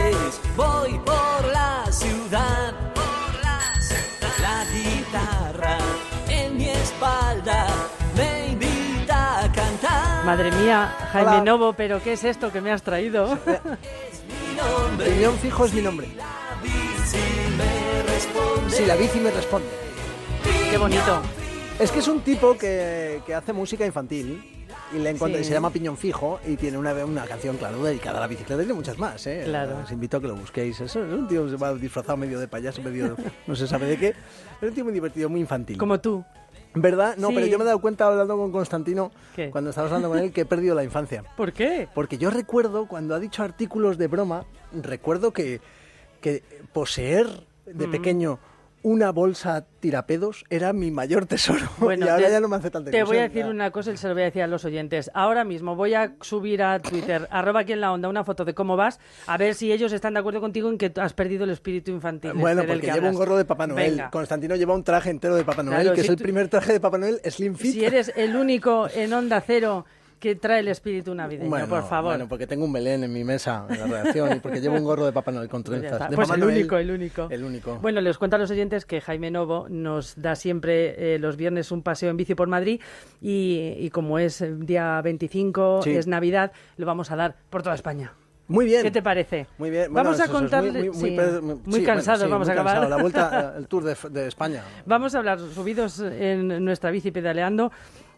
años voy por la ciudad, por la ciudad. La guitarra en mi espalda me invita a cantar. Madre mía, Jaime Hola. Novo, pero ¿qué es esto que me has traído? Es mi nombre. Riñón fijo es mi nombre. La bici me responde. Si la bici me responde. Qué bonito. Es que es un tipo que, que hace música infantil y le encuentra- Sí. y se llama Piñón Fijo y tiene una, una canción, claro, dedicada a la bicicleta. Tiene muchas más, ¿eh? Claro. Os invito a que lo busquéis. Es un tío que se va disfrazado medio de payaso, medio de- no se sabe de qué. Es un tío muy divertido, muy infantil. Como tú. ¿Verdad? No, Sí. pero yo me he dado cuenta hablando con Constantino, ¿Qué? cuando estábamos hablando con él, que he perdido la infancia. ¿Por qué? Porque yo recuerdo, cuando ha dicho artículos de broma, recuerdo que, que poseer Mm. de pequeño una bolsa tirapedos era mi mayor tesoro. y ahora te- ya no me hace tanta Te voy a ilusión, decir ya. una cosa y se lo voy a decir a los oyentes. Ahora mismo voy a subir a Twitter, arroba aquí en la onda, una foto de cómo vas, a ver si ellos están de acuerdo contigo en que tú has perdido el espíritu infantil. Eh, Bueno, este del porque que llevo un hablas. gorro de Papá Noel. Venga. Constantino lleva un traje entero de Papá Noel, Claro, que si es el tú- primer traje de Papá Noel Slim Fit. Si eres el único en Onda Cero que trae el espíritu navideño, Bueno, por favor. Bueno, porque tengo un Belén en mi mesa, en la redacción, y porque llevo un gorro de Papá Noel con Pues ya trenzas. está. De Pues Papá el Noel, único, el único. El único. Bueno, les cuento a los oyentes que Jaime Novo nos da siempre eh, los viernes un paseo en bici por Madrid y, y como es el día 25, Sí. es Navidad, lo vamos a dar por toda España. Muy bien. ¿Qué te parece? Muy bien. Bueno, Vamos eso a es muy- contarle... Muy, muy sí, pre- muy- muy sí, bueno, cansados sí, vamos muy a acabar. cansado. La vuelta, eh, el Tour de, de España. Vamos a hablar subidos en nuestra bici pedaleando.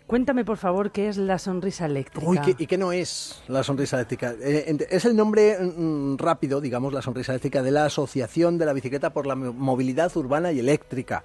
Cuéntame, por favor, qué es la sonrisa eléctrica. Uy, ¿qué- ¿y qué no es la sonrisa eléctrica? Eh, ent- es el nombre mm, rápido, digamos, la sonrisa eléctrica de la Asociación de la Bicicleta por la Mo- Movilidad Urbana y Eléctrica.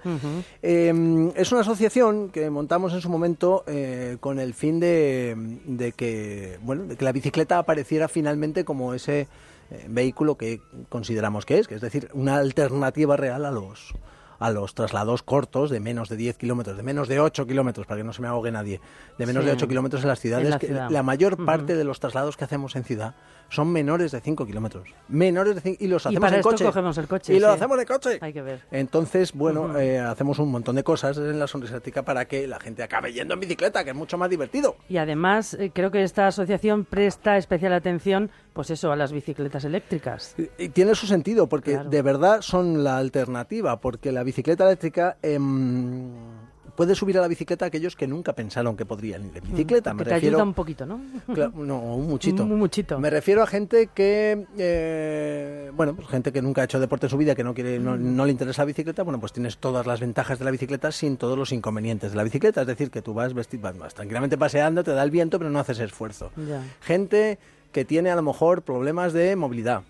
Eh, es una asociación que montamos en su momento eh, con el fin de, de que, bueno, de que la bicicleta apareciera finalmente como ese eh, vehículo que consideramos que es, que es decir, una alternativa real a los a los traslados cortos de menos de 10 kilómetros, de menos de 8 kilómetros, para que no se me ahogue nadie, de menos Sí. de 8 kilómetros en las En ciudades ciudades la que ciudad. la mayor parte de los traslados que hacemos en ciudad son menores de 5 kilómetros. Menores de 5 y los Y hacemos para en esto coche. cogemos el coche, Y lo sí. hacemos en coche. Hay que ver. Entonces, bueno, eh, hacemos un montón de cosas en la sonrisa Eléctrica para que la gente acabe yendo en bicicleta, que es mucho más divertido. Y además eh, creo que esta asociación presta especial atención, pues eso, a las bicicletas eléctricas. Y- Y tiene su sentido, porque Claro. de verdad son la alternativa, porque la bicicleta eléctrica em, puede subir a la bicicleta aquellos que nunca pensaron que podrían ir en bicicleta. me que Mm, te refiero- ayuda un poquito, ¿no? Cla- no, un muchito. Un muchito. Me refiero a gente que, eh, bueno, pues gente que nunca ha hecho deporte en su vida, que no quiere, no, no le interesa la bicicleta, bueno, pues tienes todas las ventajas de la bicicleta sin todos los inconvenientes de la bicicleta. Es decir, que tú vas, vesti- vas, vas tranquilamente paseando, te da el viento, pero no haces esfuerzo. Ya. Gente que tiene a lo mejor problemas de movilidad.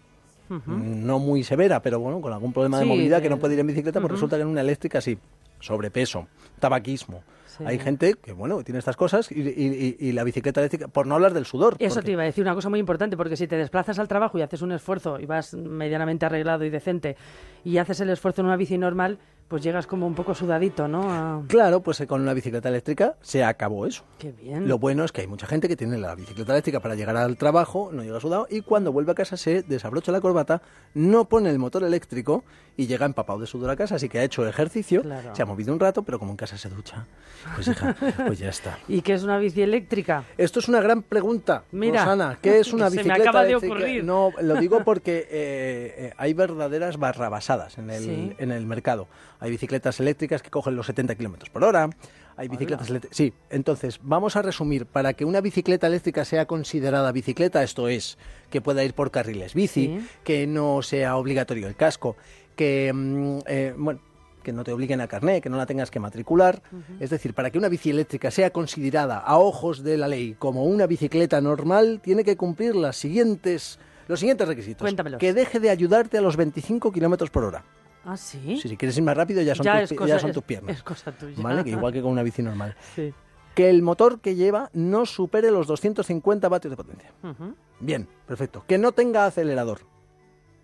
No muy severa, pero bueno, con algún problema de Sí, eh, movilidad que de- no puede ir en bicicleta, pues resulta que en una eléctrica sí. Sobrepeso, tabaquismo. Sí. Hay gente que, bueno, tiene estas cosas y, y- y- y la bicicleta eléctrica, por no hablar del sudor. Eso porque- te iba a decir una cosa muy importante, porque si te desplazas al trabajo y haces un esfuerzo y vas medianamente arreglado y decente y haces el esfuerzo en una bici normal, pues llegas como un poco sudadito, ¿no? A- Claro, pues eh, con la bicicleta eléctrica se acabó eso. Qué bien. Lo bueno es que hay mucha gente que tiene la bicicleta eléctrica para llegar al trabajo, no llega sudado y cuando vuelve a casa se desabrocha la corbata, no pone el motor eléctrico y llega empapado de sudor a casa, así que ha hecho ejercicio, Claro. se ha movido un rato, pero como en casa se ducha, pues hija, pues ya está. ¿Y qué es una bici eléctrica? Esto es una gran pregunta, Mira, Rosana. ¿Qué es que una se me bicicleta acaba de eléctrica? ocurrir. No, lo digo porque eh, eh, hay verdaderas barrabasadas en el, Sí. en el mercado. Hay bicicletas eléctricas que cogen los 70 kilómetros por hora. Hay bicicletas eléctricas. Sí, entonces vamos a resumir. Para que una bicicleta eléctrica sea considerada bicicleta, esto es, que pueda ir por carriles bici, Sí. que no sea obligatorio el casco, que, mm, eh, bueno, que no te obliguen a carné, que no la tengas que matricular. Es decir, para que una bici eléctrica sea considerada a ojos de la ley como una bicicleta normal, tiene que cumplir las siguientes, los siguientes requisitos. Cuéntamelos. Que deje de ayudarte a los 25 kilómetros por hora. Ah, sí. Si, si quieres ir más rápido, ya son, Ya tus, es pi- cosa- ya son es- tus piernas. es cosa tuya. ¿Vale? Que igual que con una bici normal. Sí. Que el motor que lleva no supere los 250 vatios de potencia. Ujú. Bien, perfecto. Que no tenga acelerador.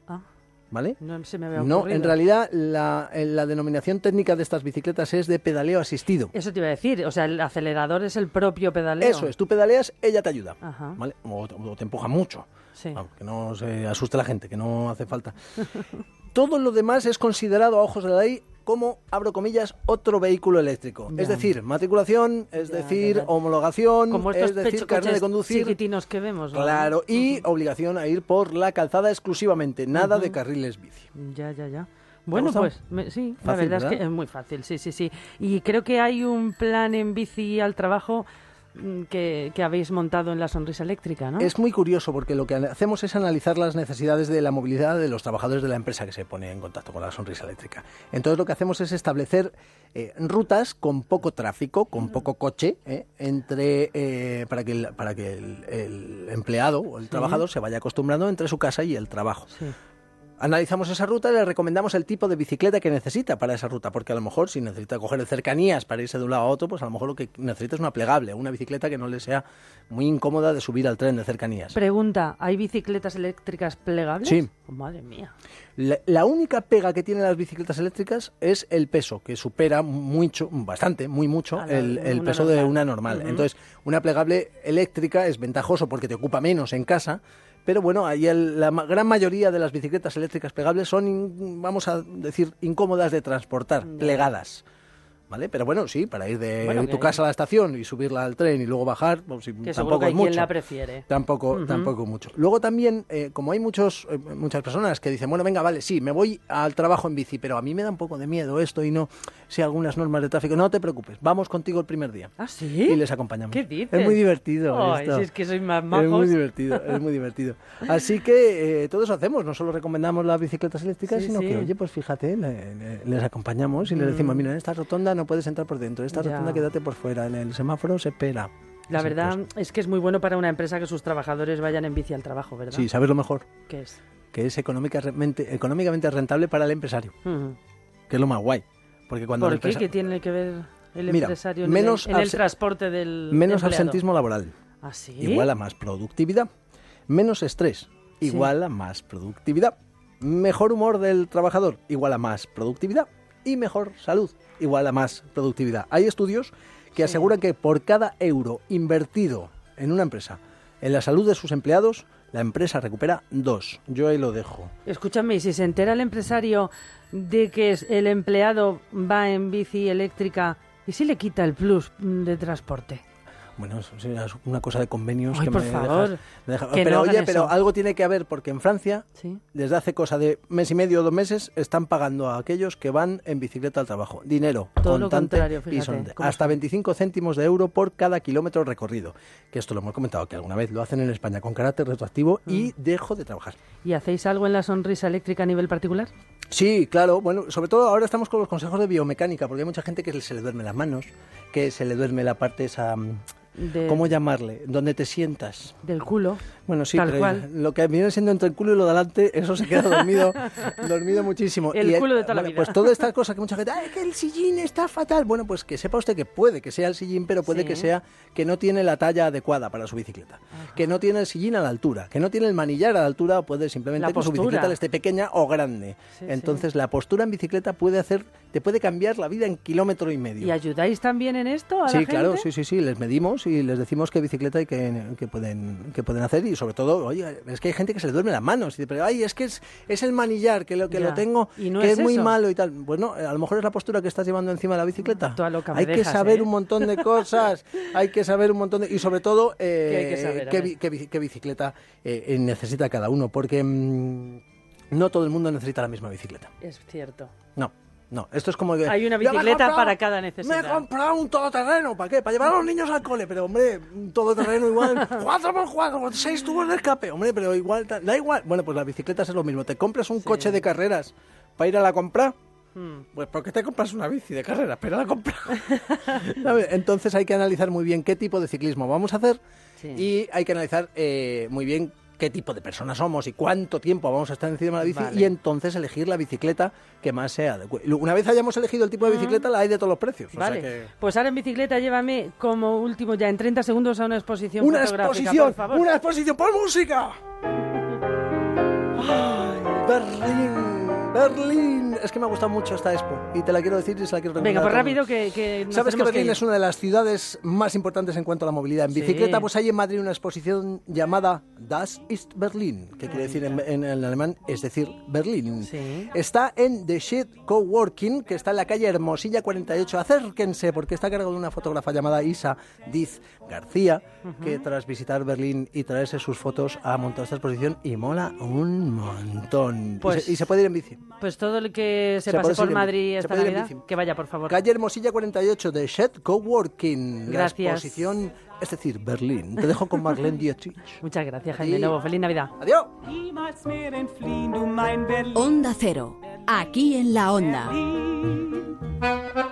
Ah, ¿Vale? no se me había No, en ocurrido. realidad la, eh, la denominación técnica de estas bicicletas es de pedaleo asistido. Eso te iba a decir, o sea, el acelerador es el propio pedaleo. Eso es, tú pedaleas, ella te ayuda. Ajá. ¿vale? O, te- o te empuja mucho. Sí. Vamos, que no se asuste la gente, que no hace falta. Todo lo demás es considerado a ojos de la ley como, abro comillas, otro vehículo eléctrico. Ya. Es decir, matriculación, es Ya, decir, ya, ya. homologación, Como estos es decir, carnet de pechocoches conducir. chiquitinos que vemos. ¿no? Claro, y obligación a ir por la calzada exclusivamente, nada de carriles bici. Ya, ya, ya. Bueno, gustado? pues me- sí, la Fácil, verdad, es que ¿verdad? es muy fácil, sí, sí, sí. Y creo que hay un plan en bici al trabajo mm, que, que habéis montado en la sonrisa eléctrica, ¿no? Es muy curioso porque lo que hacemos es analizar las necesidades de la movilidad de los trabajadores de la empresa que se pone en contacto con la sonrisa eléctrica. Entonces lo que hacemos es establecer eh, rutas con poco tráfico, con poco coche, ¿eh? entre eh, para que, el, para que el, el empleado o el trabajador se vaya acostumbrando entre su casa y el trabajo. Sí. Analizamos esa ruta y le recomendamos el tipo de bicicleta que necesita para esa ruta, porque a lo mejor si necesita coger cercanías para irse de un lado a otro, pues a lo mejor lo que necesita es una plegable, una bicicleta que no le sea muy incómoda de subir al tren de cercanías. Pregunta, ¿hay bicicletas eléctricas plegables? Sí. Oh, madre mía. La, la única pega que tienen las bicicletas eléctricas es el peso, que supera mucho, bastante, muy mucho, A la- el, el una peso de normal. una normal. Entonces, una plegable eléctrica es ventajoso porque te ocupa menos en casa. Pero bueno, ahí el- la ma- gran mayoría de las bicicletas eléctricas plegables son, in- vamos a decir, incómodas de transportar, plegadas. ¿Vale? Pero bueno, sí, para ir de Bueno, que- tu casa a la estación y subirla al tren y luego bajar, pues, sí, Que seguro tampoco que es hay quien mucho. la prefiere. Tampoco, tampoco mucho. Luego también, eh, como hay muchos, eh, muchas personas que dicen, bueno, venga, vale, sí, me voy al trabajo en bici, pero a mí me da un poco de miedo esto y no sé algunas normas de tráfico. No te preocupes, vamos contigo el primer día. ¿Ah, sí? Y les acompañamos. ¿Qué dices? Es muy divertido. Ay, esto. si es que sois más Es muy majos. divertido, es muy divertido. Así que eh, todo eso hacemos, no solo recomendamos las bicicletas eléctricas, Sí, sino sí. Mm. que, oye, pues fíjate, le- le- les acompañamos y les decimos, mira, en esta rotonda no puedes entrar por dentro, en esta Ya. rotonda quédate por fuera, en el semáforo se La espera. Así, pues, verdad es que es muy bueno para una empresa que sus trabajadores vayan en bici al trabajo, pues, ¿verdad? sí, sabes lo mejor. ¿Qué es? que es económicamente, económicamente rentable para el empresario, Ujú. que es lo más guay. Porque cuando ¿Por el qué? empresa- ¿Qué tiene que ver el Mira, empresario en menos el- en el, abse- transporte del menos empleado? absentismo laboral, ¿Ah, sí? igual a más productividad, menos estrés, igual a más productividad, mejor humor del trabajador, igual a más productividad, y mejor salud, igual a más productividad. Hay estudios que aseguran que por cada euro invertido en una empresa, en la salud de sus empleados, la empresa recupera dos. Yo ahí lo dejo. Escúchame, y si se entera el empresario de que es- el empleado va en bici eléctrica, ¿y si le quita el plus mm, de transporte? Bueno, eso sí, es una cosa de convenios Ay, que por me favor, dejas- me deja- que Pero no hagan oye, pero eso. algo tiene que haber, porque en Francia, Sí. desde hace cosa de mes y medio o dos meses, están pagando a aquellos que van en bicicleta al trabajo. Dinero, Todo lo contante contrario, fíjate, y sonante. cómo Hasta 25 céntimos de euro por cada kilómetro recorrido. Que esto lo hemos comentado que alguna vez lo hacen en España con carácter retroactivo Mm. y dejo de trabajar. ¿Y hacéis algo en la sonrisa eléctrica a nivel particular? Sí, claro. Bueno, sobre todo ahora estamos con los consejos de biomecánica, porque hay mucha gente que se le duermen las manos, que se le duerme la parte esa... mm, De- ¿Cómo llamarle? Donde te sientas. Del culo. Bueno, sí, Tal pero cual. lo que viene siendo entre el culo y lo de delante, eso se queda dormido, dormido muchísimo. El Y, culo de toda la bueno, vida. Pues todas estas cosas que mucha gente, ¡ay, que el sillín está fatal! Bueno, pues que sepa usted que puede que sea el sillín, pero puede Sí. que sea que no tiene la talla adecuada para su bicicleta, que no tiene el sillín a la altura, que no tiene el manillar a la altura, o puede simplemente La que su postura. bicicleta le esté pequeña o grande. Sí, Entonces, la postura en bicicleta puede hacer, te puede cambiar la vida en kilómetro y medio. ¿Y ayudáis también en esto a Sí, la gente? claro, sí, sí, sí, les medimos y les decimos qué bicicleta y qué, qué pueden, qué pueden hacer y sobre todo, oye, es que hay gente que se le duerme las manos y dice, pero ay, es que es, es el manillar, que lo que Ya. lo tengo, Y no que es es, muy eso. malo y tal. Bueno, eh, a lo mejor es la postura que estás llevando encima de la bicicleta. Tú a lo que me hay que dejas, saber ¿eh? un montón de cosas, hay que saber un montón de... Y sobre todo, eh, hay que saber? A qué, ver. bi- qué bi- qué bicicleta eh, eh, necesita cada uno, porque mm, no todo el mundo necesita la misma bicicleta. Es cierto. No, no. Esto es como que. Hay una "Yo me he bicicleta comprado- para cada necesidad". Me he comprado un todoterreno. ¿Para qué? Para llevar a los niños al cole. Pero, hombre, un todoterreno igual. 4x4, 6 tubos de escape. Hombre, pero igual. ta- Da igual. Bueno, pues las bicicletas es lo mismo. Te compras un coche de carreras para ir a la compra. Hmm. Pues, ¿por qué te compras una bici de carreras? Pero la compra. ¿Sabes? Entonces hay que analizar muy bien qué tipo de ciclismo vamos a hacer Sí. y hay que analizar eh, muy bien qué tipo de personas somos y cuánto tiempo vamos a estar encima de la bici Vale. y entonces elegir la bicicleta que más sea adecua- Una vez hayamos elegido el tipo de bicicleta, la hay de todos los precios. o sea Ah. Vale, que- pues ahora en bicicleta llévame como último ya en 30 segundos a una exposición Una fotográfica, exposición, por favor. una exposición por música. Ay, Berlín, Berlín, es que me ha gustado mucho esta expo y te la quiero decir y se la quiero Venga, pues recomendar. a todo el rápido mundo. que... que nos Sabes que tenemos Berlín ir. es una de las ciudades más importantes en cuanto a la movilidad en Sí. bicicleta. Pues hay en Madrid una exposición llamada Das ist Berlin, que quiere decir en, en- en alemán, es decir, Berlín. Sí. Está en The Shed Coworking, que está en la calle Hermosilla 48. Acérquense, porque está cargado de una fotógrafa llamada Isa Diz García, que tras visitar Berlín y traerse sus fotos ha montado esta exposición y mola un montón. Y se- Pues- y se puede ir en bici. Pues todo el que se, Se pase puede por ir en- Madrid se esta puede ir en Navidad, bici. que vaya, por favor. Calle Hermosilla 48 de Shed Coworking. Gracias. La exposición, es decir, Berlín. Te dejo con Marlene Dietrich. Muchas gracias, Jaime Sí. Lobo. Feliz Navidad. Adiós. Niemals mehr entfliehen, du mein Berlin. Onda Cero, aquí en la Onda.